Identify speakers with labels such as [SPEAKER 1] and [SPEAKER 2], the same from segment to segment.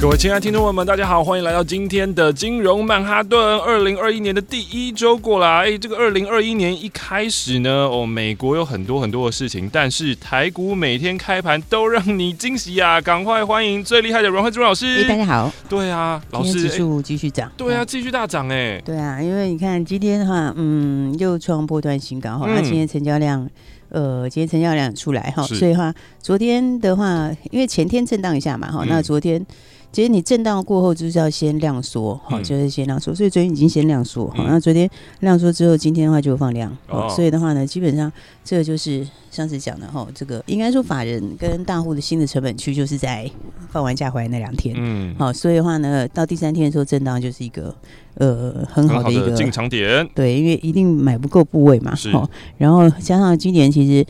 [SPEAKER 1] 各位亲爱的听众朋友们，大家好，欢迎来到今天的金融曼哈顿。二零二一年的第一周过来，这个二零二一年一开始呢，哦，美国有很多很多的事情，但是台股每天开盘都让你惊喜啊！赶快欢迎最厉害的阮慧珠老
[SPEAKER 2] 哎、大
[SPEAKER 1] 师。
[SPEAKER 2] 家好，
[SPEAKER 1] 对啊，老
[SPEAKER 2] 今
[SPEAKER 1] 师
[SPEAKER 2] 天指，数继续涨。
[SPEAKER 1] 哎对啊，
[SPEAKER 2] 嗯，
[SPEAKER 1] 继续大涨哎，
[SPEAKER 2] 对啊，因为你看今天的话，嗯，又创波段新高哈。
[SPEAKER 1] 嗯
[SPEAKER 2] 那、今天成交量，呃，今天成交量出来哈，
[SPEAKER 1] 是
[SPEAKER 2] 所以话，昨天的话，因为前天震荡一下嘛哈，
[SPEAKER 1] 嗯
[SPEAKER 2] 那昨天。其实你震荡过后就是要先量缩，哈、
[SPEAKER 1] 嗯
[SPEAKER 2] 就是先量缩，所以昨天已经先量缩，哈、
[SPEAKER 1] 嗯
[SPEAKER 2] 那昨天量缩之后，今天的话就放量，
[SPEAKER 1] 哦
[SPEAKER 2] 哦，所以的话呢，基本上这个就是上次讲的哈，这个应该说法人跟大户的新的成本区就是在放完假回来那两天，
[SPEAKER 1] 嗯，
[SPEAKER 2] 好，所以的话呢，到第三天的时候，震荡就是一个呃很
[SPEAKER 1] 很
[SPEAKER 2] 好
[SPEAKER 1] 好
[SPEAKER 2] 的一
[SPEAKER 1] 的
[SPEAKER 2] 个
[SPEAKER 1] 进场点，
[SPEAKER 2] 对，因为一定买不够部位嘛
[SPEAKER 1] 是，
[SPEAKER 2] 齁然后加上今年其实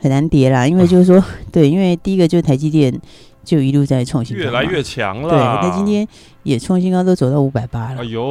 [SPEAKER 2] 很难跌啦，因为就是说， 对，因为第一个就是台积电就一路在创新高
[SPEAKER 1] 越
[SPEAKER 2] 嘛，
[SPEAKER 1] 来越强
[SPEAKER 2] 对，
[SPEAKER 1] 了。
[SPEAKER 2] 那今，天也创新高，都走到五百八了。
[SPEAKER 1] 哎呦，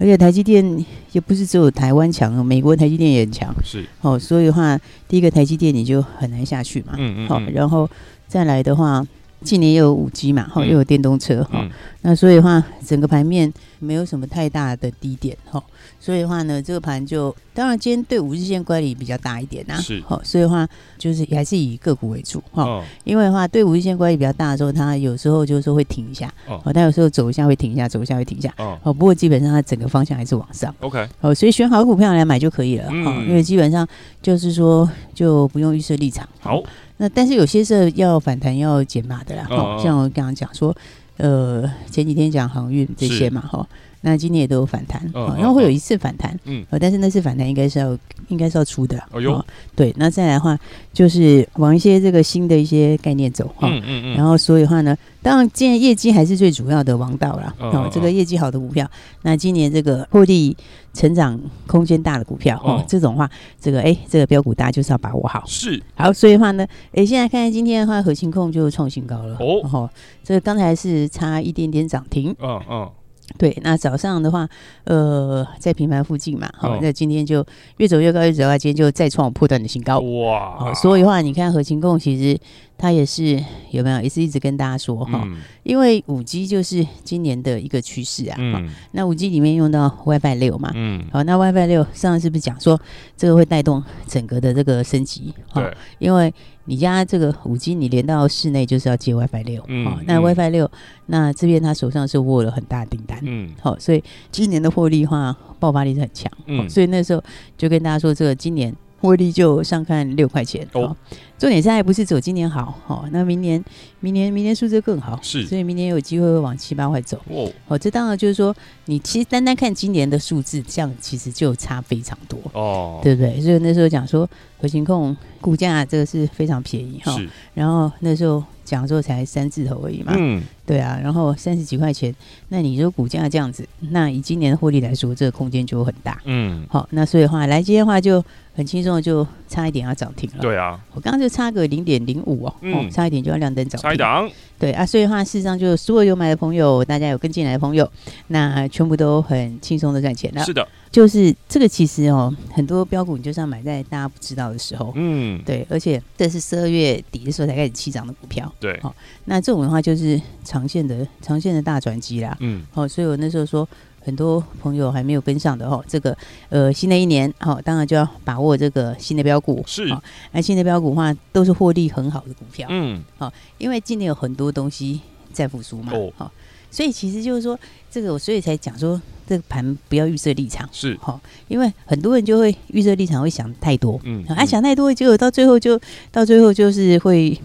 [SPEAKER 2] 而且台积电也不是只有台湾强哦，美国台积电也很强
[SPEAKER 1] 是，
[SPEAKER 2] 哦，所以的话，第一个台积电你就很难下去嘛，
[SPEAKER 1] 嗯嗯
[SPEAKER 2] 好、
[SPEAKER 1] 嗯
[SPEAKER 2] 然后再来的话，近年又有五 G 嘛，哈、
[SPEAKER 1] 嗯
[SPEAKER 2] 又有电动车哈、齁
[SPEAKER 1] 嗯，
[SPEAKER 2] 那所以的话，整个盘面没有什么太大的低点哈、齁所以的话呢，这个盘就当然今天对五日线乖离比较大一点呐、
[SPEAKER 1] 是
[SPEAKER 2] 好、所以的话就是还是以个股为主哈、齁
[SPEAKER 1] 哦，
[SPEAKER 2] 因为的话对五日线乖离比较大的时候，它有时候就是会停一下，
[SPEAKER 1] 哦
[SPEAKER 2] 哦，它有时候走一下会停一下，走一下会停一下，
[SPEAKER 1] 哦
[SPEAKER 2] 哦，不过基本上它整个方向还是往上，
[SPEAKER 1] ，OK，
[SPEAKER 2] 哦，所以选好股票来买就可以了，
[SPEAKER 1] 嗯
[SPEAKER 2] 哈、因为基本上就是说就不用预设立场，
[SPEAKER 1] 好，
[SPEAKER 2] 那但是有些是要反弹要减码的啦，
[SPEAKER 1] 哦
[SPEAKER 2] 哈、
[SPEAKER 1] 哦
[SPEAKER 2] 像我刚刚讲说，呃，前几天讲航运这些嘛，哈、那今年也都有反弹，
[SPEAKER 1] 哦
[SPEAKER 2] 哦
[SPEAKER 1] 哦
[SPEAKER 2] 然后会有一次反弹，
[SPEAKER 1] 嗯
[SPEAKER 2] 嗯，但是那次反弹应该是要应该是要出的啦，
[SPEAKER 1] 哦哟
[SPEAKER 2] 对，那再来的话就是往一些这个新的一些概念走，哈、
[SPEAKER 1] 嗯嗯
[SPEAKER 2] 然
[SPEAKER 1] 嗯，
[SPEAKER 2] 后所以的话呢，当然今年业绩还是最主要的王道啦。
[SPEAKER 1] 哦
[SPEAKER 2] 哦，
[SPEAKER 1] 哦
[SPEAKER 2] 这个业绩好的股票，那今年这个获利成长空间大的股票，哦，
[SPEAKER 1] 哦
[SPEAKER 2] 这种话，这个哎，这个标股大家就是要把握好。
[SPEAKER 1] 是，
[SPEAKER 2] 好，所以的话呢，哎，现在看今天的话，核心控就创新高了。
[SPEAKER 1] 哦
[SPEAKER 2] 哦，这个刚才是差一点点涨停。
[SPEAKER 1] 嗯嗯，
[SPEAKER 2] 对，那早上的话，呃，在平盘附近嘛，好、
[SPEAKER 1] 哦
[SPEAKER 2] 那今天就越走越高，越走越高，今天就再创破断的新高。
[SPEAKER 1] 哇，
[SPEAKER 2] 哦，所以的话，你看核心控其实它也是有没有，也是一直跟大家说哈、
[SPEAKER 1] 嗯
[SPEAKER 2] 因为五 G 就是今年的一个趋势啊。哈
[SPEAKER 1] 嗯
[SPEAKER 2] 那五 G 里面用到 WiFi 六嘛，
[SPEAKER 1] 嗯，
[SPEAKER 2] 好，那 WiFi 六上次是不是讲说这个会带动整个的这个升级？哦哈
[SPEAKER 1] 对，
[SPEAKER 2] 因为你家这个五 G 你连到室内就是要接 WiFi 六、
[SPEAKER 1] 嗯
[SPEAKER 2] 哦，那
[SPEAKER 1] 嗯
[SPEAKER 2] WiFi 六，那这边他手上是握了很大订单。
[SPEAKER 1] 嗯
[SPEAKER 2] 好、所以今年的获利的话，爆发力是很强。
[SPEAKER 1] 嗯，
[SPEAKER 2] 所以那时候就跟大家说，这个今年获利就上看六块钱。
[SPEAKER 1] 哦
[SPEAKER 2] 哦，重点是还不是走今年好，哦，那明年、明年、明年数字更好，
[SPEAKER 1] 是
[SPEAKER 2] 所以明年有机会会往七八块走。
[SPEAKER 1] 哇，
[SPEAKER 2] 哦，这当然就是说，你其实单单看今年的数字，这样其实就差非常多，
[SPEAKER 1] 哦，
[SPEAKER 2] 对不对？所以那时候讲说，核心控股价这个是非常便宜哈、
[SPEAKER 1] 是，
[SPEAKER 2] 然后那时候讲说才三字头而已嘛，
[SPEAKER 1] 嗯，
[SPEAKER 2] 对啊，然后三十几块钱，那你说股价这样子，那以今年的获利来说，这个空间就很大。
[SPEAKER 1] 嗯，
[SPEAKER 2] 好，那所以的话，来今天的话就很轻松，就差一点要涨停了。，
[SPEAKER 1] 对啊，
[SPEAKER 2] 我刚刚就差个零点零五哦，
[SPEAKER 1] 嗯
[SPEAKER 2] 哦差一点就要亮灯涨停。
[SPEAKER 1] 拆档，
[SPEAKER 2] 对啊，所以的话，事实上就所有有买的朋友，大家有跟进来的朋友，那全部都很轻松的赚钱了。
[SPEAKER 1] 是的，
[SPEAKER 2] 就是这个其实哦，很多标股你就是要买在大家不知道的时候。
[SPEAKER 1] 嗯，
[SPEAKER 2] 对，而且这是十二月底的时候才开始起涨的股票，
[SPEAKER 1] 对，
[SPEAKER 2] 那这种的话就是长线的长线的大转机啦。
[SPEAKER 1] 嗯，
[SPEAKER 2] 哦，所以我那时候说，很多朋友还没有跟上的哦，这个呃新的一年哦，当然就要把握这个新的标股。
[SPEAKER 1] 是，
[SPEAKER 2] 哦那新的标股的话，都是获利很好的股票，
[SPEAKER 1] 嗯，
[SPEAKER 2] 因为今年有很多东西在复苏嘛。
[SPEAKER 1] 哦
[SPEAKER 2] 哦，所以其实就是说，这个我所以才讲说，这个盘不要预设立场。
[SPEAKER 1] 是，
[SPEAKER 2] 好、因为很多人就会预设立场，会想太多，
[SPEAKER 1] 嗯，
[SPEAKER 2] 啊，想太多，结果到最后就到最后就是会，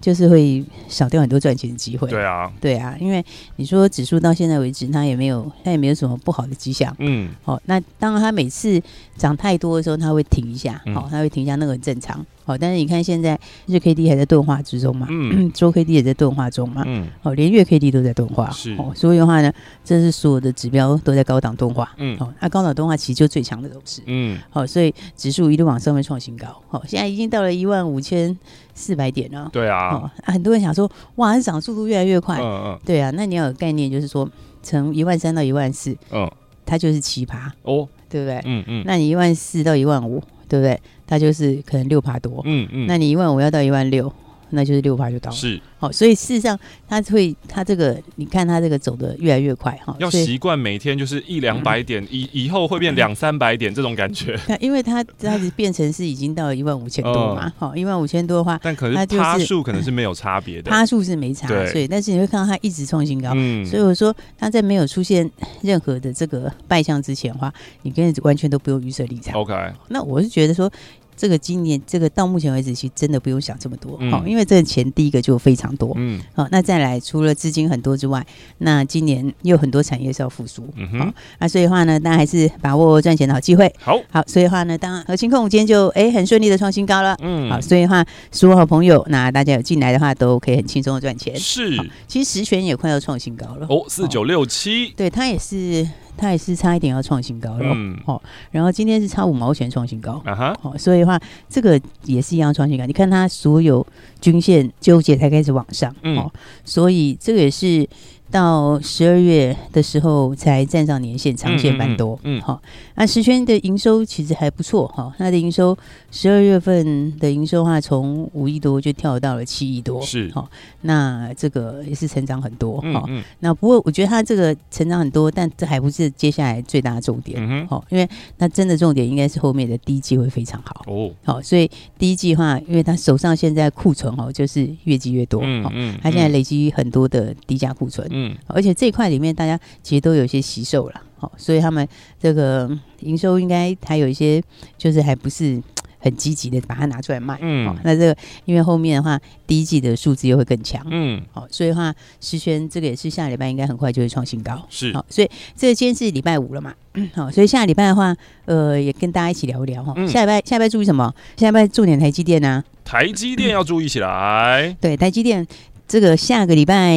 [SPEAKER 2] 就是会少掉很多赚钱的机会。
[SPEAKER 1] 对啊，
[SPEAKER 2] 对啊，因为你说指数到现在为止，它也没有，它也没有什么不好的迹象。
[SPEAKER 1] 嗯，
[SPEAKER 2] 哦，那当然，它每次涨太多的时候，它会停一下，
[SPEAKER 1] 嗯
[SPEAKER 2] 哦，它会停一下，那个很正常。好、但是你看现在日 K D 还在钝化之中嘛，
[SPEAKER 1] 嗯
[SPEAKER 2] 周 K D 也在钝化中嘛，
[SPEAKER 1] 嗯
[SPEAKER 2] 哦，连月 K D 都在钝化，
[SPEAKER 1] 是
[SPEAKER 2] 哦，所以的话呢，这是所有的指标都在高档钝化，
[SPEAKER 1] 嗯
[SPEAKER 2] 哦，那、高档钝化其实就最强的走势，
[SPEAKER 1] 嗯，
[SPEAKER 2] 好、所以指数一路往上面创新高，好、现在已经到了一万五千四百点了，
[SPEAKER 1] 对啊
[SPEAKER 2] 哦，，啊很多人想说，哇，这涨速度越来越快，
[SPEAKER 1] 嗯嗯
[SPEAKER 2] 对啊，那你要有概念，就是说从一万三到一万四，
[SPEAKER 1] 嗯，
[SPEAKER 2] 它就是奇葩，
[SPEAKER 1] 哦，
[SPEAKER 2] 对不对？
[SPEAKER 1] 嗯嗯
[SPEAKER 2] 那你一万四到一万五，对不对？它就是可能六趴多，
[SPEAKER 1] 嗯嗯，
[SPEAKER 2] 那你一万五要到一万六，那就是六趴就到了。
[SPEAKER 1] 是
[SPEAKER 2] 好、所以事实上它会，它这个你看它这个走的越来越快哈、
[SPEAKER 1] 要
[SPEAKER 2] 所以嗯
[SPEAKER 1] 习惯每天就是一两百点，以以后会变两三百点这种感 觉，
[SPEAKER 2] 它因为它它是变成是已经到一万五千
[SPEAKER 1] 哦
[SPEAKER 2] 多嘛，好、一万五千多的话，
[SPEAKER 1] 但可
[SPEAKER 2] 它
[SPEAKER 1] 是
[SPEAKER 2] 就是
[SPEAKER 1] 趴数可能是没有差别的，
[SPEAKER 2] 趴数是没差，
[SPEAKER 1] 对
[SPEAKER 2] 所以但是你会看到它一直创新高。
[SPEAKER 1] 嗯
[SPEAKER 2] 所以我说，它在没有出现任何的这个败象之前的话，你根本完全都不用预设立场。
[SPEAKER 1] OK，
[SPEAKER 2] 那我是觉得说，这个今年这个到目前为止，其实真的不用想这么多，好、
[SPEAKER 1] 嗯
[SPEAKER 2] 因为这个钱第一个就非常多，
[SPEAKER 1] 嗯
[SPEAKER 2] 好、那再来除了资金很多之外，那今年又有很多产业是要复苏，
[SPEAKER 1] 嗯哼，
[SPEAKER 2] 那所以的话呢，大家还是把握赚钱的好机会。
[SPEAKER 1] 好，
[SPEAKER 2] 好，所以的话呢，当然核心控股今天就哎很顺利的创新高了。
[SPEAKER 1] 嗯
[SPEAKER 2] 好，所以的话，所有好朋友，那大家有进来的话，都可以很轻松的赚钱。
[SPEAKER 1] 是
[SPEAKER 2] 好其实十全也快要创新高了，
[SPEAKER 1] 哦，四九六七，
[SPEAKER 2] 对，它也是，它也是差一点要创新高了。
[SPEAKER 1] 嗯
[SPEAKER 2] 然后今天是差五毛钱创新高，
[SPEAKER 1] 啊哈，
[SPEAKER 2] 哦，所以的话，这个也是一样创新感。你看它所有均线纠结才开始往上，
[SPEAKER 1] 嗯
[SPEAKER 2] 哦，所以这个也是到十二月的时候才站上年线，长线
[SPEAKER 1] 蛮
[SPEAKER 2] 蛮多。
[SPEAKER 1] 嗯，嗯
[SPEAKER 2] 好、那十圈的营收其实还不错哈、它的营收十二月份的营收的话，从五亿多就跳到了七亿多，
[SPEAKER 1] 是
[SPEAKER 2] 好、那这个也是成长很多哈、
[SPEAKER 1] 嗯嗯
[SPEAKER 2] 那不过我觉得它这个成长很多，但这还不是接下来最大的重点。
[SPEAKER 1] 嗯哼，
[SPEAKER 2] 好、因为它真的重点应该是后面的第一季会非常好。
[SPEAKER 1] 哦，
[SPEAKER 2] 好、所以第一季的话，因为它手上现在库存哦，就是越积越多，
[SPEAKER 1] 嗯
[SPEAKER 2] 好、
[SPEAKER 1] 嗯，
[SPEAKER 2] 它现在累积很多的低价库存，
[SPEAKER 1] 嗯，
[SPEAKER 2] 而且这一块里面大家其实都有一些惜售了，好、所以他们这个嗯营收应该还有一些就是还不是嘖很积极的把它拿出来卖，
[SPEAKER 1] 嗯
[SPEAKER 2] 好那这个因为后面的话第一季的数字又会更强
[SPEAKER 1] 嗯，嗯，
[SPEAKER 2] 好、所以的话石轩这个也是下礼拜应该很快就会创新高。
[SPEAKER 1] 是
[SPEAKER 2] 好、，所以这个今天是礼拜五了嘛， 好、所以下礼拜的话，呃，也跟大家一起聊一聊哈、
[SPEAKER 1] 嗯
[SPEAKER 2] 下礼拜下礼拜注意什么？下礼拜重点台积电啊，
[SPEAKER 1] 台积电要注意起来
[SPEAKER 2] 对，台积电这个下个礼拜，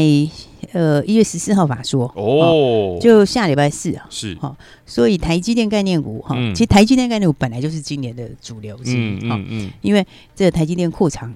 [SPEAKER 2] 呃，一月十四号法说，
[SPEAKER 1] 哦，
[SPEAKER 2] 就下礼拜四啊。
[SPEAKER 1] 是，
[SPEAKER 2] 所以台积电概念股哈、
[SPEAKER 1] 嗯
[SPEAKER 2] 其实台积电概念股本来就是今年的主流之
[SPEAKER 1] 嗯
[SPEAKER 2] 一哈、
[SPEAKER 1] 嗯嗯，
[SPEAKER 2] 因为这个台积电扩厂。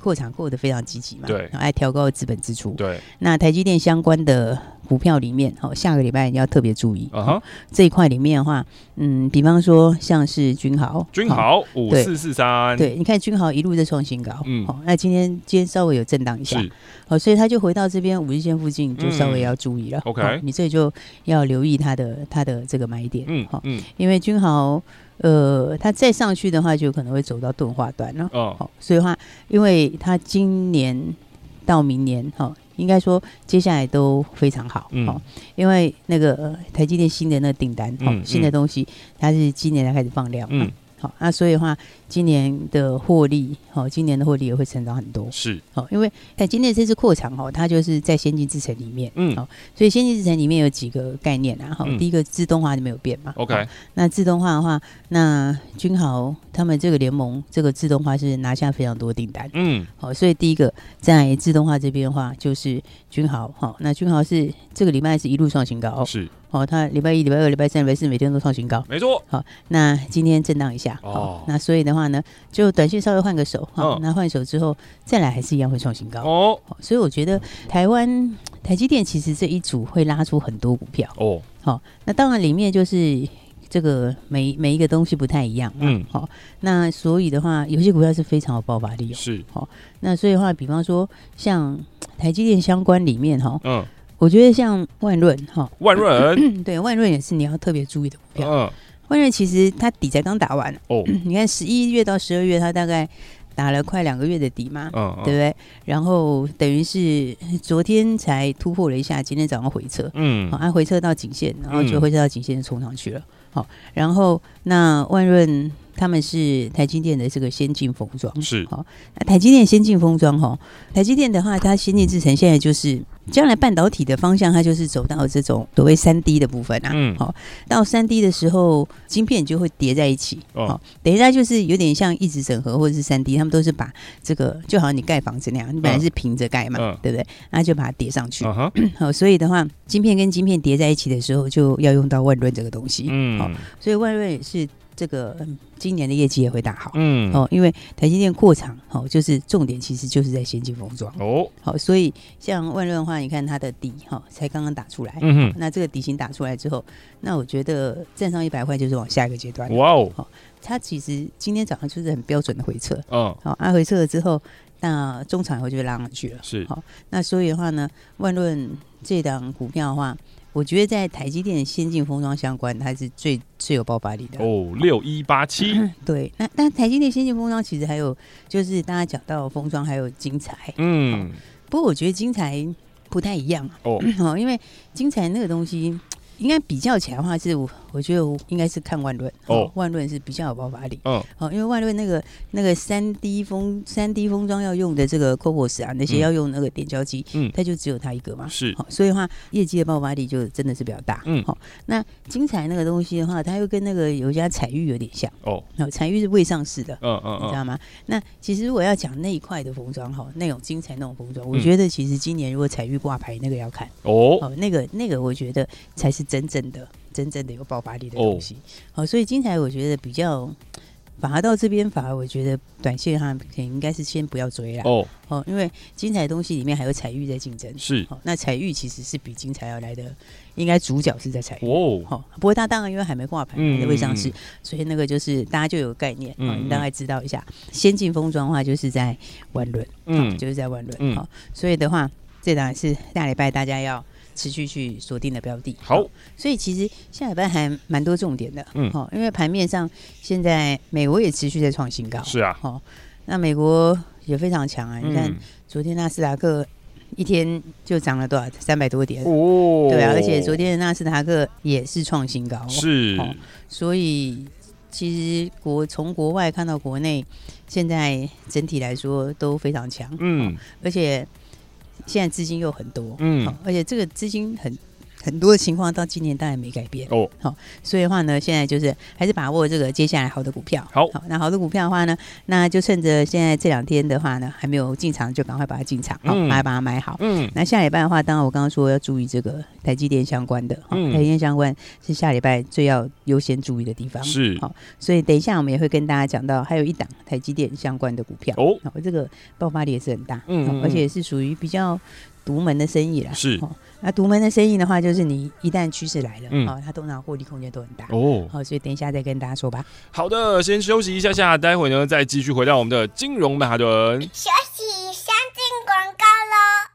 [SPEAKER 2] 扩厂扩得非常积极嘛，
[SPEAKER 1] 对
[SPEAKER 2] 然后还调高了资本支出。
[SPEAKER 1] 对，
[SPEAKER 2] 那台积电相关的股票里面，哦，下个礼拜你要特别注意、
[SPEAKER 1] 啊哈，
[SPEAKER 2] 这一块里面的话，嗯，比方说像是君豪，
[SPEAKER 1] 君
[SPEAKER 2] 哦
[SPEAKER 1] 豪五四四三，，
[SPEAKER 2] 对，你看君豪一路在创新高，
[SPEAKER 1] 嗯
[SPEAKER 2] 嗯，哦，那今天今天稍微有震荡一下，
[SPEAKER 1] 是，
[SPEAKER 2] 哦，所以他就回到这边五日线附近，就稍
[SPEAKER 1] 嗯
[SPEAKER 2] 微要注意了。
[SPEAKER 1] OK
[SPEAKER 2] 哦你这里就要留意它的它的这个买点，
[SPEAKER 1] 嗯
[SPEAKER 2] 好、
[SPEAKER 1] 嗯
[SPEAKER 2] 因为君豪，呃，它再上去的话，就可能会走到钝化段了。
[SPEAKER 1] 嗯，
[SPEAKER 2] 好，所以的话，因为它今年到明年，哈、应该说接下来都非常好，
[SPEAKER 1] 嗯
[SPEAKER 2] 哦，因为那个、呃台积电新的那个订单，哈、
[SPEAKER 1] 嗯
[SPEAKER 2] 新的东西，它是今年才开始放量，
[SPEAKER 1] 嗯
[SPEAKER 2] 嗯，好、那所以的话，今年的获利，好、今年的获利也会成长很多，
[SPEAKER 1] 是，
[SPEAKER 2] 好、因为台积电这次扩厂哦，它就是在先进制程里面，
[SPEAKER 1] 嗯
[SPEAKER 2] 好、所以先进制程里面有几个概念啊，哈、
[SPEAKER 1] 嗯
[SPEAKER 2] 第一个自动化就没有变嘛
[SPEAKER 1] OK
[SPEAKER 2] 好那自动化的话，那君豪他们这个联盟这个自动化是拿下非常多订单，
[SPEAKER 1] 嗯
[SPEAKER 2] 好、所以第一个在自动化这边的话，就是君豪，好、那君豪是这个礼拜是一路创新高，哦，
[SPEAKER 1] 是，
[SPEAKER 2] 哦，它礼拜一、礼拜二、礼拜三、礼拜四每天都创新高，
[SPEAKER 1] 没错，
[SPEAKER 2] 那今天震荡一下，
[SPEAKER 1] 哦
[SPEAKER 2] 哦，那所以的话呢，就短线稍微换个手，好、
[SPEAKER 1] 嗯
[SPEAKER 2] 那换手之后再来还是一样会创新高，
[SPEAKER 1] 哦
[SPEAKER 2] 哦所以我觉得台湾台积电其实这一组会拉出很多股票，
[SPEAKER 1] 哦，
[SPEAKER 2] 那当然里面就是这个每每一个东西不太一样，
[SPEAKER 1] 嗯
[SPEAKER 2] 好、那所以的话，有些股票是非常有爆发力、哦，
[SPEAKER 1] 是，
[SPEAKER 2] 那所以的话，比方说像台积电相关里面哈、
[SPEAKER 1] 嗯，
[SPEAKER 2] 我觉得像万润哈、
[SPEAKER 1] 万润，
[SPEAKER 2] 嗯对，万润也是你要特别注意的股票。
[SPEAKER 1] 嗯
[SPEAKER 2] 万润其实它底才刚打完，
[SPEAKER 1] 哦，嗯
[SPEAKER 2] 你看十一月到十二月，它大概打了快两个月的底嘛，
[SPEAKER 1] 嗯，
[SPEAKER 2] 对不对？然后等于是昨天才突破了一下，今天早上回撤，
[SPEAKER 1] 嗯
[SPEAKER 2] 好、按、回撤到颈线，然后
[SPEAKER 1] 嗯
[SPEAKER 2] 就回撤到颈线就冲上去了。好、然后那万润他们是台积电的这个先进封装。
[SPEAKER 1] 是
[SPEAKER 2] 好、那台积电先进封装哈，台积电的话，它先进制程现在就是将来半导体的方向，它就是走到这种所谓三 D 的部分啊。
[SPEAKER 1] 嗯
[SPEAKER 2] 好、到三 D 的时候，晶片就会叠在一起。
[SPEAKER 1] 哦
[SPEAKER 2] 好、等一下就是有点像一直整合或者是三 D，他们都是把这个就好像你盖房子那样，你本来是平着盖嘛，
[SPEAKER 1] 嗯
[SPEAKER 2] 对不对？那就把它叠上去。
[SPEAKER 1] 啊哈，
[SPEAKER 2] 好，所以的话，晶片跟晶片叠在一起的时候，就要用到万润这个东西。
[SPEAKER 1] 嗯
[SPEAKER 2] 好所以万润也是这个、嗯今年的业绩也会大好。
[SPEAKER 1] 嗯
[SPEAKER 2] 哦，因为台积电扩厂，哦，就是重点其实就是在先进封装，
[SPEAKER 1] 哦，
[SPEAKER 2] 好、所以像万润的话，你看它的底哈、哦才刚刚打出来，
[SPEAKER 1] 嗯
[SPEAKER 2] 那这个底型打出来之后，那我觉得站上一百块就是往下一个阶段
[SPEAKER 1] 哼，，哇哦，
[SPEAKER 2] 它其实今天早上就是很标准的回撤，
[SPEAKER 1] 嗯
[SPEAKER 2] 好、按、啊、回撤了之后，那中场以后就拉上去了，
[SPEAKER 1] 是
[SPEAKER 2] 好那所以的话呢，万润这档股票的话，我觉得在台积电先进封装相关，它是最最有爆发力的，
[SPEAKER 1] 哦，六一八七，
[SPEAKER 2] 对，那但台积电先进封装其实还有就是大家讲到封装还有精彩，
[SPEAKER 1] 嗯
[SPEAKER 2] 不过我觉得精彩不太一样
[SPEAKER 1] 哦，
[SPEAKER 2] 哦，因为精彩那个东西应该比较起来的话是，我我觉得我应该是看万润
[SPEAKER 1] 哦
[SPEAKER 2] 万润是比较有爆发力
[SPEAKER 1] 嗯
[SPEAKER 2] 哦，因为万润那个那个三 D 封三 D 封装要用的这个 CoPoS 啊，那
[SPEAKER 1] 嗯
[SPEAKER 2] 些要用那个点胶机，
[SPEAKER 1] 嗯
[SPEAKER 2] 它就只有它一个嘛，
[SPEAKER 1] 是
[SPEAKER 2] 好、所以的话，业绩的爆发力就真的是比较大。
[SPEAKER 1] 嗯
[SPEAKER 2] 好、那精彩那个东西的话，它又跟那个有一家彩玉有点像，
[SPEAKER 1] 哦，
[SPEAKER 2] 哦，彩玉是未上市的，
[SPEAKER 1] 嗯嗯
[SPEAKER 2] 你
[SPEAKER 1] 嗯，
[SPEAKER 2] 知道吗？那其实如果要讲那一块的服装哈，那种精彩那种服装，我
[SPEAKER 1] 嗯
[SPEAKER 2] 觉得其实今年如果彩玉挂牌那个要看
[SPEAKER 1] 哦
[SPEAKER 2] 哦，那个那个我觉得才是真正的真正的有爆发力的东西。
[SPEAKER 1] 哦
[SPEAKER 2] 好、所以精彩我觉得比较。反而到这边，反而我觉得短线哈，可能应该是先不要追啦。哦
[SPEAKER 1] 哦，
[SPEAKER 2] 因为精彩的东西里面还有彩玉在竞争。
[SPEAKER 1] 是
[SPEAKER 2] 哦，那彩玉其实是比精彩要来的，应该主角是在彩玉。
[SPEAKER 1] 哦，
[SPEAKER 2] 哦，不过它当然因为还没挂牌，
[SPEAKER 1] 嗯
[SPEAKER 2] 还未上市，所以那个就是大家就有概念，
[SPEAKER 1] 嗯
[SPEAKER 2] 哦、
[SPEAKER 1] 嗯
[SPEAKER 2] 你大概知道一下。先进封装的话，就是在万润，嗯、
[SPEAKER 1] 嗯
[SPEAKER 2] 就是在万润，
[SPEAKER 1] 嗯
[SPEAKER 2] 好、所以的话，这当然是下礼拜大家要持续去锁定的标的。
[SPEAKER 1] 好
[SPEAKER 2] 哦所以其实下礼拜还蛮多重点的，
[SPEAKER 1] 嗯
[SPEAKER 2] 哦，因为盘面上现在美国也持续在创新高，
[SPEAKER 1] 是啊，
[SPEAKER 2] 哦，那美国也非常强啊，你看、
[SPEAKER 1] 嗯
[SPEAKER 2] 昨天纳斯达克一天就涨了多少，三百多点，
[SPEAKER 1] 哦，
[SPEAKER 2] 对啊，而且昨天的纳斯达克也是创新高，
[SPEAKER 1] 是
[SPEAKER 2] 哦所以其实国从国外看到国内，现在整体来说都非常强，
[SPEAKER 1] 嗯
[SPEAKER 2] 而且现在资金又很多，
[SPEAKER 1] 嗯
[SPEAKER 2] 好而且这个资金很很多的情况到今年当然没改变，
[SPEAKER 1] 哦，
[SPEAKER 2] 所以的话呢，现在就是还是把握这个接下来好的股票。
[SPEAKER 1] 好
[SPEAKER 2] 好，那好的股票的话呢，那就趁着现在这两天的话呢，还没有进场，就赶快把它进场，好，
[SPEAKER 1] 嗯
[SPEAKER 2] 赶快把它买好。
[SPEAKER 1] 嗯
[SPEAKER 2] 那下礼拜的话，当然我刚刚说要注意这个台积电相关的，哈
[SPEAKER 1] 嗯
[SPEAKER 2] 台积电相关是下礼拜最要优先注意的地方。
[SPEAKER 1] 是
[SPEAKER 2] 好，所以等一下我们也会跟大家讲到，还有一档台积电相关的股票，
[SPEAKER 1] 哦
[SPEAKER 2] 好，这个爆发力也是很大，
[SPEAKER 1] 嗯
[SPEAKER 2] 好
[SPEAKER 1] 嗯嗯
[SPEAKER 2] 而且也是属于比较独门的生意啦。
[SPEAKER 1] 是
[SPEAKER 2] 好那独门的生意的话，就是你一旦趋势来了，哦
[SPEAKER 1] 嗯
[SPEAKER 2] 好，它通常获利空间都很大。
[SPEAKER 1] 哦，
[SPEAKER 2] 好，所以等一下再跟大家说吧。
[SPEAKER 1] 好的，先休息一下下，待会呢再继续回到我们的金融曼哈顿。
[SPEAKER 3] 休息，先进广告喽。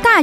[SPEAKER 4] 大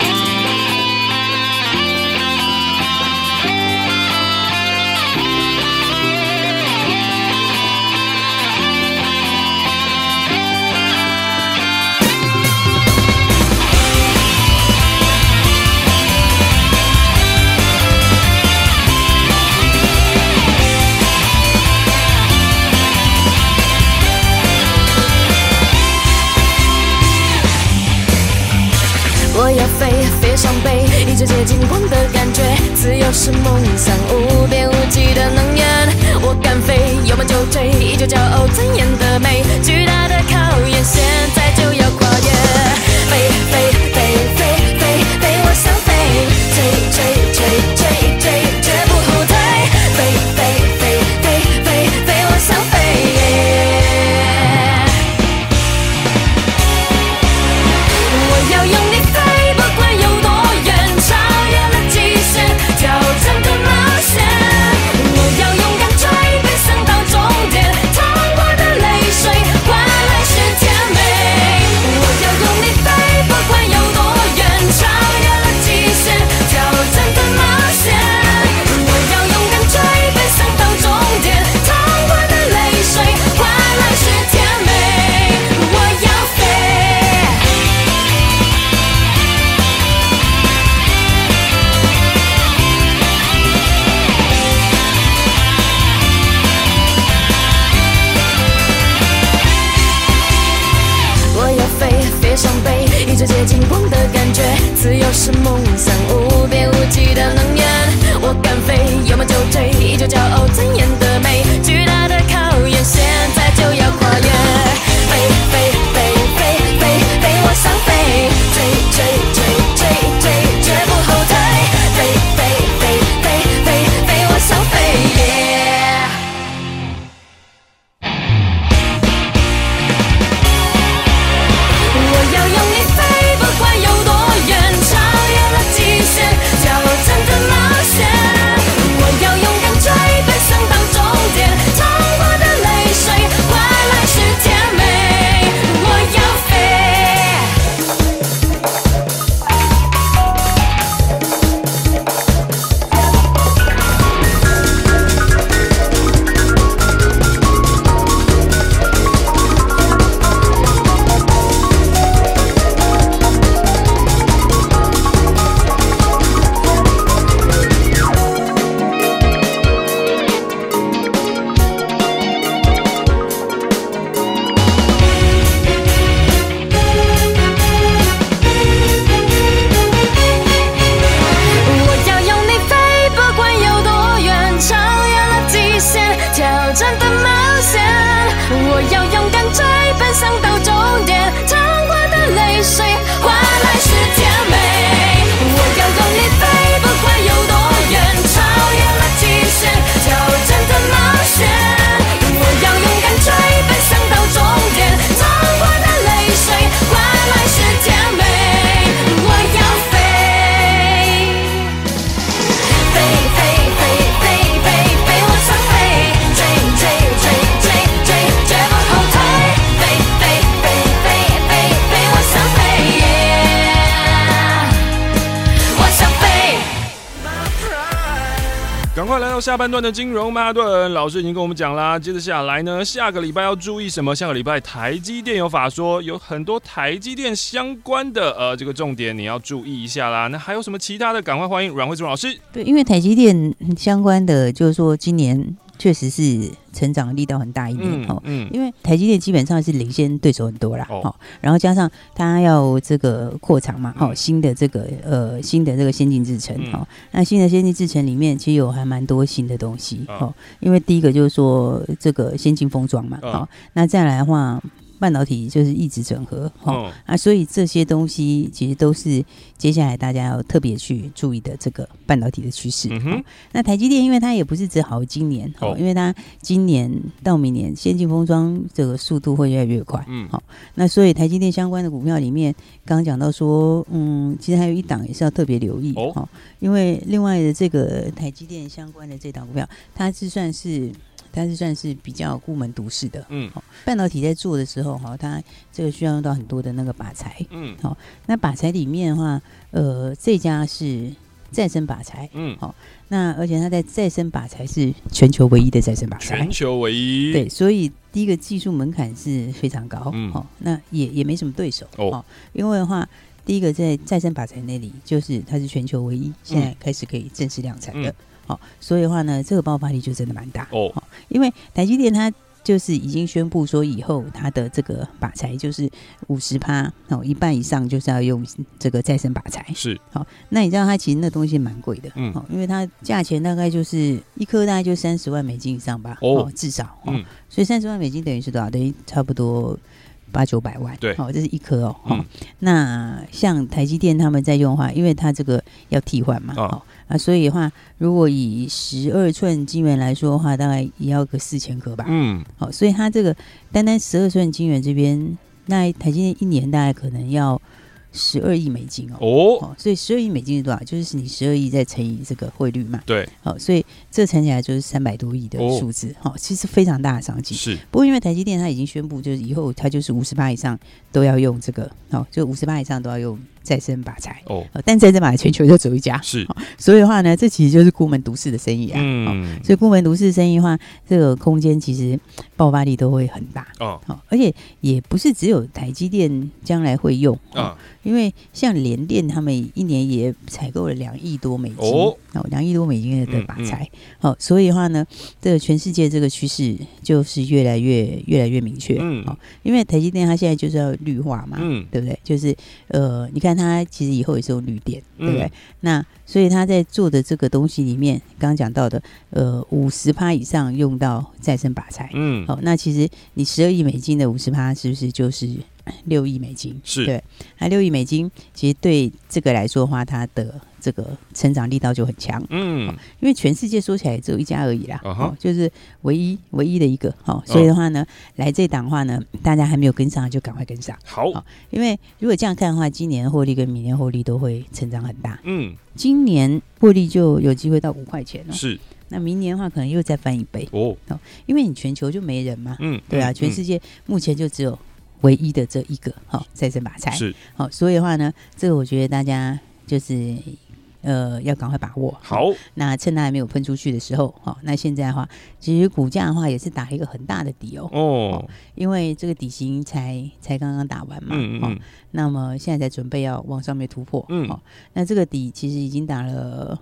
[SPEAKER 5] 就接近光的感觉。自由是梦想，无边无际的能源。我敢飞，有梦就追，依旧骄傲尊严的美。巨大的考验，现在就要跨越。飞飞飞飞飞飞，我想飞，追追追追追，绝不后退。飞飞飞飞飞飞，我想飞。我要用力飞，不管有多远，超越了极限，挑战的冒险。我要勇敢追，奔向到终点，痛过的泪水换来是甜美。我要用力飞，不管有多远，超越了极限，挑战的冒险。我要勇敢追，奔向到终点，痛过的泪水换来是甜美。我要飞。我要飞，飞上北，一直接近光的感觉。自由是梦想，无边无际的能源。我敢飞，有梦就追，依旧骄傲尊严的美。巨大的考验，现在就要跨越。飞飞飞飞飞飞，我想飞，追追追追追，绝不后退。飞飞飞飞飞飞，我想飞。Yeah 我要用力飞，不管有多远，超越了极限，挑战的冒险。我要勇敢追，奔向到终点，痛过的泪水换来是甜美。我要飞。我要用力飞，不管有多远，超越了极限，挑战的冒险。我要勇敢追，奔向到终点，淌过的泪水换来是甜美。我要用力飞，不管有多远，超越了极限，挑战的冒险。我要勇敢追，奔向到终点，淌过的泪水换来是甜美。我要飞。飞飞飞飞飞飞，我想飞，追追追追追，绝不后退。飞飞飞飞飞飞，我想飞，我想飞。
[SPEAKER 1] 赶快来到下半段的金融曼哈顿，老师已经跟我们讲啦。接着下来呢，下个礼拜要注意什么？下个礼拜台积电有法说，有很多台积电相关的呃这个重点你要注意一下啦。那还有什么其他的？赶快欢迎阮慧珠老师。
[SPEAKER 2] 对，因为台积电相关的，就是说今年确实是成长力道很大一年哦。
[SPEAKER 1] 嗯，
[SPEAKER 2] 因为台积电基本上是领先对手很多啦，
[SPEAKER 1] 哦
[SPEAKER 2] 哦，然后加上它要这个扩厂嘛，
[SPEAKER 1] 嗯
[SPEAKER 2] 哦，新的这个呃新的这个先进制程，
[SPEAKER 1] 嗯
[SPEAKER 2] 哦，那新的先进制程里面其实有还蛮多新的东西，
[SPEAKER 1] 啊
[SPEAKER 2] 哦，因为第一个就是说这个先进封装嘛，
[SPEAKER 1] 啊
[SPEAKER 2] 哦，那再来的话，半导体就是一直整合，哦，
[SPEAKER 1] 哦，
[SPEAKER 2] 啊，所以这些东西其实都是接下来大家要特别去注意的这个半导体的趋势。
[SPEAKER 1] 嗯
[SPEAKER 2] 哦
[SPEAKER 1] 哼，
[SPEAKER 2] 那台积电，因为它也不是只好今年，
[SPEAKER 1] 哦
[SPEAKER 2] 哦，因为它今年到明年先进封装这个速度会越来越快。
[SPEAKER 1] 嗯，
[SPEAKER 2] 那所以台积电相关的股票里面，刚刚讲到说，嗯，其实还有一档也是要特别留意
[SPEAKER 1] 哦
[SPEAKER 2] 哦因为另外的这个台积电相关的这档股票，它是算是。它是算是比较孤门独市的，
[SPEAKER 1] 嗯
[SPEAKER 2] 哦，半导体在做的时候，哈，它这个需要用到很多的那个靶材，
[SPEAKER 1] 嗯
[SPEAKER 2] 那靶材里面的话，呃，这家是再生靶材，
[SPEAKER 1] 嗯，
[SPEAKER 2] 那而且它在再生靶材是全球唯一的再生靶材
[SPEAKER 1] 全，球唯一。
[SPEAKER 2] 对，所以第一个技术门槛是非常高，
[SPEAKER 1] 嗯
[SPEAKER 2] 哦，那也也没什么对手
[SPEAKER 1] 哦
[SPEAKER 2] 因为的话，第一个在再生靶材那里，就是它是全球唯一，现在开始可以正式量产的，
[SPEAKER 1] 嗯
[SPEAKER 2] 哦，所以的话呢，这个爆发力就真的蛮大，
[SPEAKER 1] 哦，
[SPEAKER 2] 因为台积电它就是已经宣布说，以后它的这个靶材就是五十趴哦，一半以上就是要用这个再生靶材。
[SPEAKER 1] 是
[SPEAKER 2] 好、那你知道它其实那东西蛮贵的，
[SPEAKER 1] 嗯
[SPEAKER 2] 哦，因为它价钱大概就是一颗大概就三十万美金以上吧，
[SPEAKER 1] 哦
[SPEAKER 2] 至少，哦，
[SPEAKER 1] 嗯
[SPEAKER 2] 所以三十万美金等于是多少？等于差不多八九百万，
[SPEAKER 1] 对
[SPEAKER 2] 哦，这是一颗哦，
[SPEAKER 1] 嗯
[SPEAKER 2] 哦，那像台积电他们在用的话，因为它这个要替换嘛，
[SPEAKER 1] 啊
[SPEAKER 2] 哦啊，所以的话，如果以十二寸晶圆来说的话，大概也要个四千颗吧，
[SPEAKER 1] 嗯，
[SPEAKER 2] 好、所以它这个单单十二寸晶圆这边，那台积电一年大概可能要十二亿美金哦。
[SPEAKER 1] 哦，
[SPEAKER 2] 哦，所以十二亿美金是多少？就是你十二亿再乘以这个汇率嘛。
[SPEAKER 1] 对，
[SPEAKER 2] 好、所以这乘起来就是三百多亿的
[SPEAKER 1] 哦
[SPEAKER 2] 数字。好、其实非常大的商机。
[SPEAKER 1] 是
[SPEAKER 2] 不过因为台积电它已经宣布，就是以后它就是五十八以上都要用这个，哦，就五十八以上都要用再生靶材。
[SPEAKER 1] 哦，
[SPEAKER 2] 哦，但再生靶材全球就只有一家，
[SPEAKER 1] 是，
[SPEAKER 2] 所以的话呢，这其实就是孤门独市的生意啊。哦
[SPEAKER 1] 嗯，
[SPEAKER 2] 所以孤门独市生意的话，这个空间其实爆发力都会很大。
[SPEAKER 1] 哦，
[SPEAKER 2] 好、而且也不是只有台积电将来会用哦
[SPEAKER 1] 啊，
[SPEAKER 2] 因为像联电他们一年也采购了两亿多美金
[SPEAKER 1] 哦
[SPEAKER 2] 哦，两亿多美金的
[SPEAKER 1] 嗯
[SPEAKER 2] 靶材，好、哦所以的话呢，这个全世界这个趋势就是越来越越来越明确，
[SPEAKER 1] 嗯
[SPEAKER 2] 哦，因为台积电它现在就是要绿化嘛，
[SPEAKER 1] 嗯
[SPEAKER 2] 对不对？就是呃，你看它其实以后也是用绿电，
[SPEAKER 1] 嗯
[SPEAKER 2] 对不对？那所以它在做的这个东西里面，刚刚讲到的，呃，五十趴以上用到再生靶材，
[SPEAKER 1] 嗯，
[SPEAKER 2] 好、那其实你十二亿美金的五十趴，是不是就是六亿美金？
[SPEAKER 1] 是，
[SPEAKER 2] 对那六亿美金，其实对这个来说的话，它的这个成长力道就很强，
[SPEAKER 1] 嗯，
[SPEAKER 2] 因为全世界说起来只有一家而已啦，
[SPEAKER 1] 啊哈啊
[SPEAKER 2] 哦，就是唯一唯一的一个，哦，所以的话呢，来这档的话呢，大家还没有跟上就赶快跟上，
[SPEAKER 1] 好，
[SPEAKER 2] 因为如果这样看的话，今年的获利跟明年获利都会成长很大，
[SPEAKER 1] 嗯，
[SPEAKER 2] 今年获利就有机会到五块钱了、
[SPEAKER 1] 是，
[SPEAKER 2] 那明年的话可能又再翻一倍，
[SPEAKER 1] 哦，
[SPEAKER 2] 因为你全球就没人嘛，
[SPEAKER 1] 嗯，
[SPEAKER 2] 对啊，
[SPEAKER 1] 嗯
[SPEAKER 2] 全世界目前就只有唯一的这一个哈、哦、再生靶材
[SPEAKER 1] 嗯，是，
[SPEAKER 2] 好、所以的话呢，这个我觉得大家就是呃要赶快把握。
[SPEAKER 1] 好，
[SPEAKER 2] 那趁它还没有喷出去的时候，好、那现在的话，其实股价的话也是打了一个很大的底哦，
[SPEAKER 1] 哦，
[SPEAKER 2] 因为这个底型才才刚刚打完嘛，
[SPEAKER 1] 嗯嗯
[SPEAKER 2] 哦
[SPEAKER 1] 嗯，
[SPEAKER 2] 那么现在才准备要往上面突破，
[SPEAKER 1] 嗯
[SPEAKER 2] 哦，那这个底其实已经打了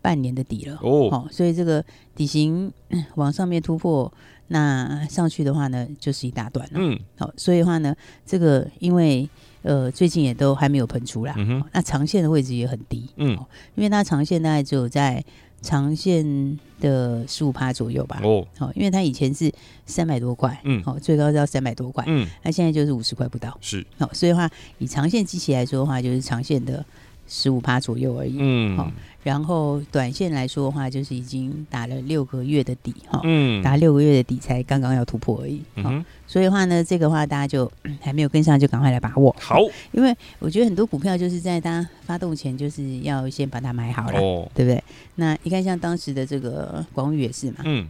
[SPEAKER 2] 半年的底了，
[SPEAKER 1] 哦，
[SPEAKER 2] 哦，所以这个底型嗯往上面突破，那上去的话呢，就是一大段了。
[SPEAKER 1] 嗯，
[SPEAKER 2] 好、所以的话呢，这个因为呃最近也都还没有喷出啦，
[SPEAKER 1] 嗯哼
[SPEAKER 2] 哦那长线的位置也很低，
[SPEAKER 1] 嗯，
[SPEAKER 2] 因为它长线大概只有在长线的十五趴左右吧。
[SPEAKER 1] 哦，
[SPEAKER 2] 好、因为它以前是三百多块，
[SPEAKER 1] 嗯
[SPEAKER 2] 好、最高是要三百多块，
[SPEAKER 1] 嗯，
[SPEAKER 2] 那现在就是五十块不到。
[SPEAKER 1] 是，
[SPEAKER 2] 好、所以的话，以长线机器来说的话，就是长线的十五趴左右而已。
[SPEAKER 1] 嗯，
[SPEAKER 2] 好然后短线来说的话，就是已经打了六个月的底哈。
[SPEAKER 1] 嗯，
[SPEAKER 2] 打六个月的底才刚刚要突破而已，
[SPEAKER 1] 嗯
[SPEAKER 2] 好
[SPEAKER 1] 哼，
[SPEAKER 2] 所以的话呢，这个话大家就 还没有跟上，就赶快来把握。
[SPEAKER 1] 好，
[SPEAKER 2] 因为我觉得很多股票就是在它发动前，就是要先把它买好了，
[SPEAKER 1] 哦，
[SPEAKER 2] 对不对？那你看像当时的这个广宇也是嘛，
[SPEAKER 1] 嗯，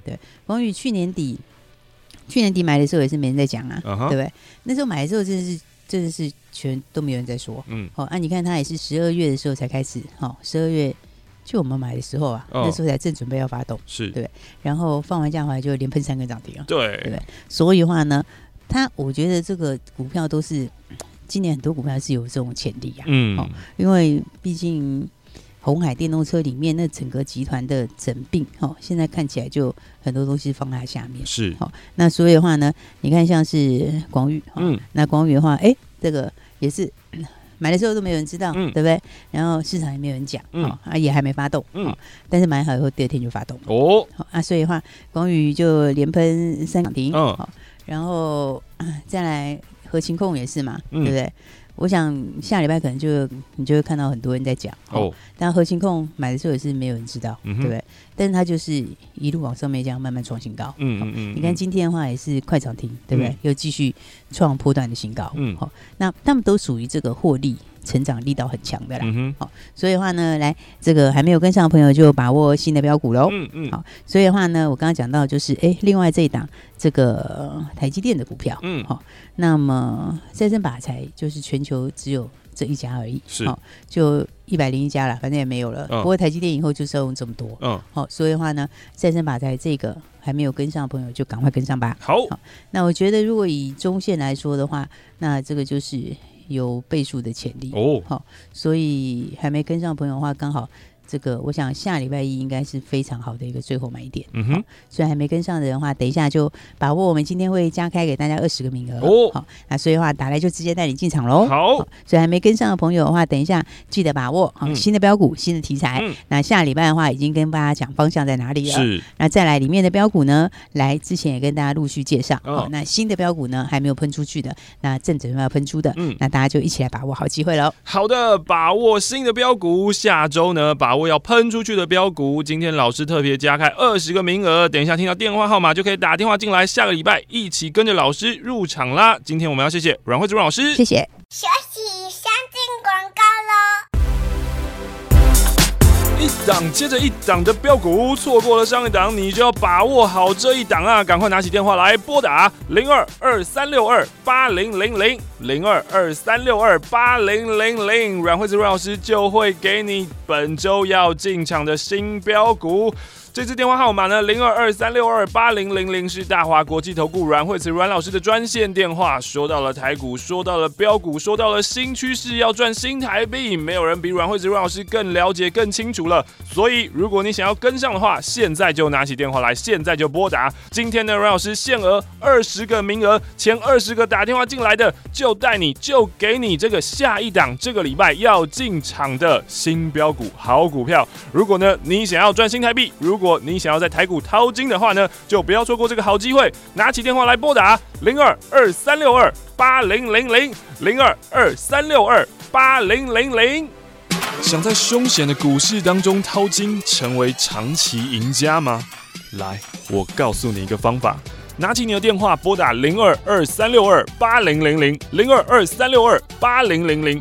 [SPEAKER 2] 广宇去年底，去年底买的时候也是没人在讲啊，
[SPEAKER 1] 啊
[SPEAKER 2] 对
[SPEAKER 1] 哈，
[SPEAKER 2] 不对？那时候买的时候真的是真的是全都没有人在说，
[SPEAKER 1] 嗯，
[SPEAKER 2] 哦，啊，你看它也是十二月的时候才开始，哦，十二月就我们买的时候啊，
[SPEAKER 1] 哦
[SPEAKER 2] 那时候才正准备要发动，
[SPEAKER 1] 是，
[SPEAKER 2] 对然后放完假回来就连喷三根涨停啊。
[SPEAKER 1] 对，
[SPEAKER 2] 所以的话呢，它我觉得这个股票都是今年很多股票是有这种潜力啊，
[SPEAKER 1] 嗯，
[SPEAKER 2] 因为毕竟红海电动车里面那整个集团的整并，哦，现在看起来就很多东西放在下面。
[SPEAKER 1] 是，
[SPEAKER 2] 那所以的话呢，你看像是广宇，哦、
[SPEAKER 1] 嗯，
[SPEAKER 2] 那光宇的话，哎、这个也是 买的时候都没有人知道，
[SPEAKER 1] 嗯
[SPEAKER 2] 对不对？然后市场也没有人讲，
[SPEAKER 1] 嗯
[SPEAKER 2] 哦、啊也还没发动，
[SPEAKER 1] 嗯
[SPEAKER 2] 哦，但是买好以后第二天就发动了，
[SPEAKER 1] 哦，
[SPEAKER 2] 好、啊，所以的话，光宇就连喷三涨停，
[SPEAKER 1] 嗯
[SPEAKER 2] 好、然后、 啊再来核情控也是嘛，
[SPEAKER 1] 嗯
[SPEAKER 2] 对不对？我想下礼拜可能就你就会看到很多人在讲，
[SPEAKER 1] 哦，
[SPEAKER 2] 但核情控买的时候也是没有人知道，
[SPEAKER 1] 嗯哼
[SPEAKER 2] 对不对？但是它就是一路往上面这样慢慢创新高，
[SPEAKER 1] 嗯
[SPEAKER 2] 好
[SPEAKER 1] 嗯嗯，
[SPEAKER 2] 你看今天的话也是快涨停，对不对？
[SPEAKER 1] 嗯
[SPEAKER 2] 又继续创波段的新高，
[SPEAKER 1] 嗯
[SPEAKER 2] 好、那他们都属于这个获利成长力道很强的啦。
[SPEAKER 1] 嗯
[SPEAKER 2] 所以的话呢，来这个还没有跟上的朋友就把握新的标股喽。
[SPEAKER 1] 哼，嗯嗯，
[SPEAKER 2] 好所以的话呢，我刚刚讲到就是，哎，另外这一档这个、呃台积电的股票，
[SPEAKER 1] 嗯
[SPEAKER 2] 好、那么再生靶材就是全球只有这一家而已，
[SPEAKER 1] 是
[SPEAKER 2] 好就一百零一家了，反正也没有了。
[SPEAKER 1] 嗯
[SPEAKER 2] 不过台积电以后就是要用这么多，
[SPEAKER 1] 嗯，
[SPEAKER 2] 好、所以的话呢，再生靶材这个还没有跟上的朋友就赶快跟上吧。
[SPEAKER 1] 好，
[SPEAKER 2] 那我觉得，如果以中线来说的话，那这个就是有倍数的潜力。
[SPEAKER 1] 哦，
[SPEAKER 2] 所以还没跟上朋友的话，刚好这个我想下礼拜一应该是非常好的一个最后买点。
[SPEAKER 1] 嗯哼，
[SPEAKER 2] 所以还没跟上的人的话，等一下就把握我们今天会加开给大家二十个名额
[SPEAKER 1] 哦
[SPEAKER 2] 好，那所以的话打来就直接带你进场喽。
[SPEAKER 1] 好，
[SPEAKER 2] 所以还没跟上的朋友的话，等一下记得把握好、
[SPEAKER 1] 嗯
[SPEAKER 2] 新的标股、新的题材。
[SPEAKER 1] 嗯
[SPEAKER 2] 那下礼拜的话，已经跟大家讲方向在哪里了。
[SPEAKER 1] 是
[SPEAKER 2] 那再来里面的标股呢，来之前也跟大家陆续介绍。
[SPEAKER 1] 哦
[SPEAKER 2] 哦，那新的标股呢还没有喷出去的，那正准备要喷出的，
[SPEAKER 1] 嗯
[SPEAKER 2] 那大家就一起来把握好机会喽。
[SPEAKER 1] 好的，把握新的标股，下周呢把握要喷出去的标股。今天老师特别加开二十个名额，等一下听到电话号码就可以打电话进来，下个礼拜一起跟着老师入场啦。今天我们要谢谢阮慧珠阮老师，
[SPEAKER 2] 谢谢。
[SPEAKER 3] 休息一下，进广告喽。
[SPEAKER 1] 一档接着一档的标股，错过了上一档，你就要把握好这一档啊！赶快拿起电话来拨打零二二三六二八零零零零二二三六二八零零零，阮惠子阮老师就会给你本周要进场的新标股。这次电话号码呢，零二二三六二八零零零是大华国际投顾阮惠慈阮老师的专线电话。说到了台股，说到了标股，说到了新趋势，要赚新台币，没有人比阮惠慈阮老师更了解、更清楚了。所以，如果你想要跟上的话，现在就拿起电话来，现在就拨打。今天呢，阮老师限额二十个名额，前二十个打电话进来的就带你，就给你这个下一档这个礼拜要进场的新标股好股票。如果呢你想要赚新台币，如果你想要在台股淘金的话呢，就不要错过这个好机会，拿起电话来拨打零二二三六二八零零零零二二三六二八零零零。想在凶险的股市当中淘金，成为长期赢家吗？来，我告诉你一个方法。拿起你的电话，拨打零二二三六二八零零零零二二三六二八零零零。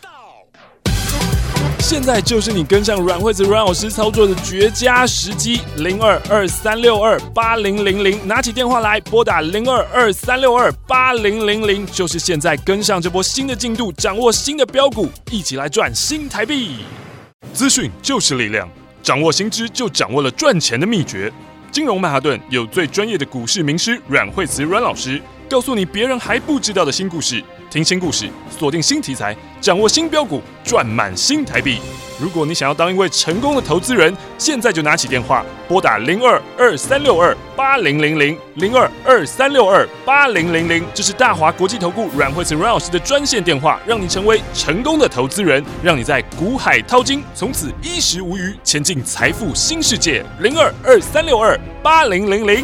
[SPEAKER 1] 现在就是你跟上阮惠子阮老师操作的绝佳时机，零二二三六二八零零零，拿起电话来拨打零二二三六二八零零零，就是现在跟上这波新的进度，掌握新的标股，一起来赚新台币。资讯就是力量，掌握新知就掌握了赚钱的秘诀。金融曼哈顿有最专业的股市名师阮惠慈阮老师，告诉你别人还不知道的新故事，听新故事，锁定新题材，掌握新标股，赚满新台币。如果你想要当一位成功的投资人，现在就拿起电话拨打零二二三六二八零零零零二二三六二八零零零，这是大华国际投顾阮惠慈阮老师的专线电话，让你成为成功的投资人，让你在股海淘金，从此衣食无虞，前进财富新世界。零二二三六二八零零零。